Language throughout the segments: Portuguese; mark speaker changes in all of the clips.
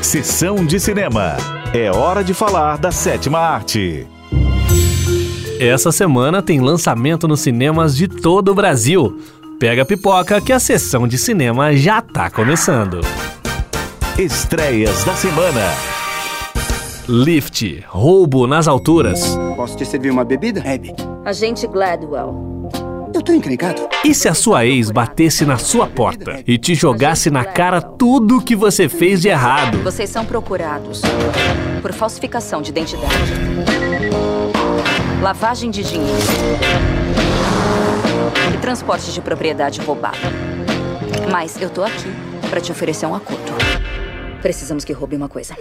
Speaker 1: Sessão de cinema. É hora de falar da sétima arte.
Speaker 2: Essa semana tem lançamento nos cinemas de todo o Brasil. Pega a pipoca que a sessão de cinema já tá começando.
Speaker 1: Estreias da semana.
Speaker 2: Lift, roubo nas alturas.
Speaker 3: Posso te servir uma bebida? Abby,
Speaker 4: Agente Gladwell.
Speaker 3: eu tô encrencado.
Speaker 2: E se a sua ex batesse na sua porta e te jogasse na cara tudo o que você fez de errado?
Speaker 4: Vocês são procurados por falsificação de identidade, lavagem de dinheiro e transporte de propriedade roubada. Mas eu tô aqui pra te oferecer um acordo. Precisamos que roube uma coisa.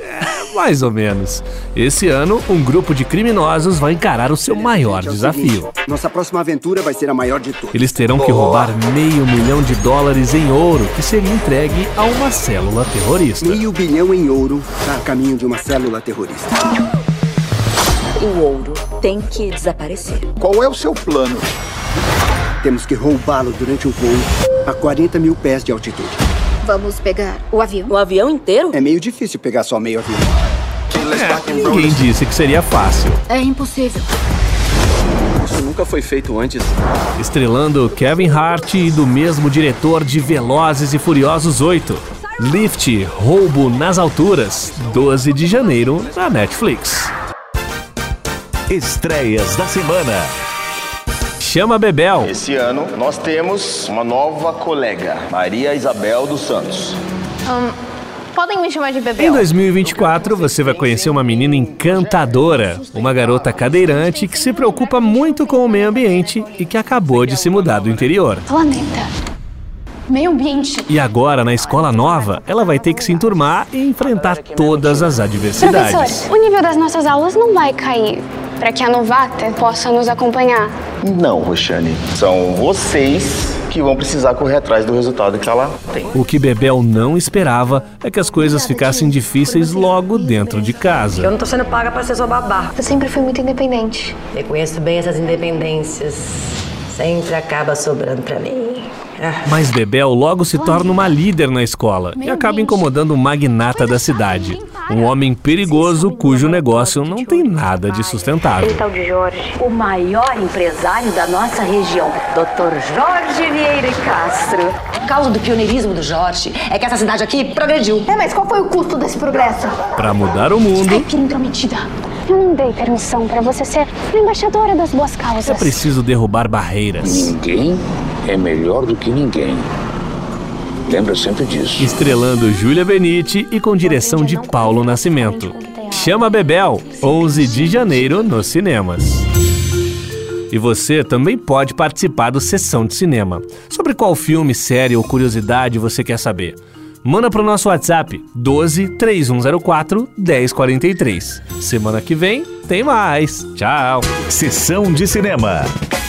Speaker 2: Mais ou menos. Esse ano, um grupo de criminosos vai encarar o seu maior
Speaker 3: Gente, é o seguinte,
Speaker 2: desafio.
Speaker 3: Nossa próxima aventura vai ser a maior de todas.
Speaker 2: Eles terão que roubar meio milhão de dólares em ouro que seria entregue a uma célula terrorista.
Speaker 3: Meio bilhão em ouro tá a caminho de uma célula terrorista.
Speaker 4: O ouro tem que desaparecer.
Speaker 5: Qual é o seu plano?
Speaker 3: Temos que roubá-lo durante o voo a 40 mil pés de altitude.
Speaker 6: Vamos pegar o avião.
Speaker 4: O avião inteiro?
Speaker 3: É meio difícil pegar só meio avião.
Speaker 2: É, ninguém disse que seria fácil.
Speaker 6: É impossível.
Speaker 5: Isso nunca foi feito antes. né?
Speaker 2: Estrelando Kevin Hart e do mesmo diretor de Velozes e Furiosos 8. Lift, Roubo nas Alturas, 12 de janeiro na Netflix.
Speaker 1: Estreias da semana.
Speaker 2: Chama Bebel.
Speaker 7: Esse ano nós temos uma nova colega, Maria Isabel dos Santos.
Speaker 8: Podem me chamar de bebê.
Speaker 2: Em 2024, você vai conhecer uma menina encantadora, uma garota cadeirante que se preocupa muito com o meio ambiente e que acabou de se mudar do interior.
Speaker 8: Planeta. Meio ambiente.
Speaker 2: E agora, na escola nova, ela vai ter que se enturmar e enfrentar todas as adversidades.
Speaker 8: Professores, o nível das nossas aulas não vai cair para que a novata possa nos acompanhar.
Speaker 7: Não, Roxane. São vocês que vão precisar correr atrás do resultado que ela tem.
Speaker 2: O que Bebel não esperava é que as coisas ficassem difíceis logo dentro de casa.
Speaker 9: Eu Então não tô sendo paga pra ser sua babá.
Speaker 8: Eu sempre fui muito independente.
Speaker 9: Eu conheço bem essas independências. Sempre acaba sobrando pra mim. Ah,
Speaker 2: Mas Bebel logo se torna uma líder na escola e acaba incomodando o magnata da cidade. Um homem perigoso cujo negócio não tem nada de sustentável.
Speaker 4: O maior empresário da nossa região, Dr. Jorge Vieira Castro.
Speaker 9: Por causa do pioneirismo do Jorge, é que essa cidade aqui progrediu.
Speaker 8: É, mas qual foi o custo desse progresso?
Speaker 2: Para mudar o mundo,
Speaker 8: Ai, que intrometida. Eu não dei permissão para você ser a embaixadora das boas causas.
Speaker 2: é preciso derrubar barreiras.
Speaker 10: Ninguém é melhor do que ninguém. Lembra sempre disso.
Speaker 2: Estrelando Júlia Benite e com direção de Paulo Nascimento. Chama Bebel, 11 de janeiro nos cinemas. E você também pode participar do Sessão de Cinema. Sobre qual filme, série ou curiosidade você quer saber? Manda pro nosso WhatsApp 12 3104 1043. Semana que vem tem mais. Tchau.
Speaker 1: Sessão de cinema.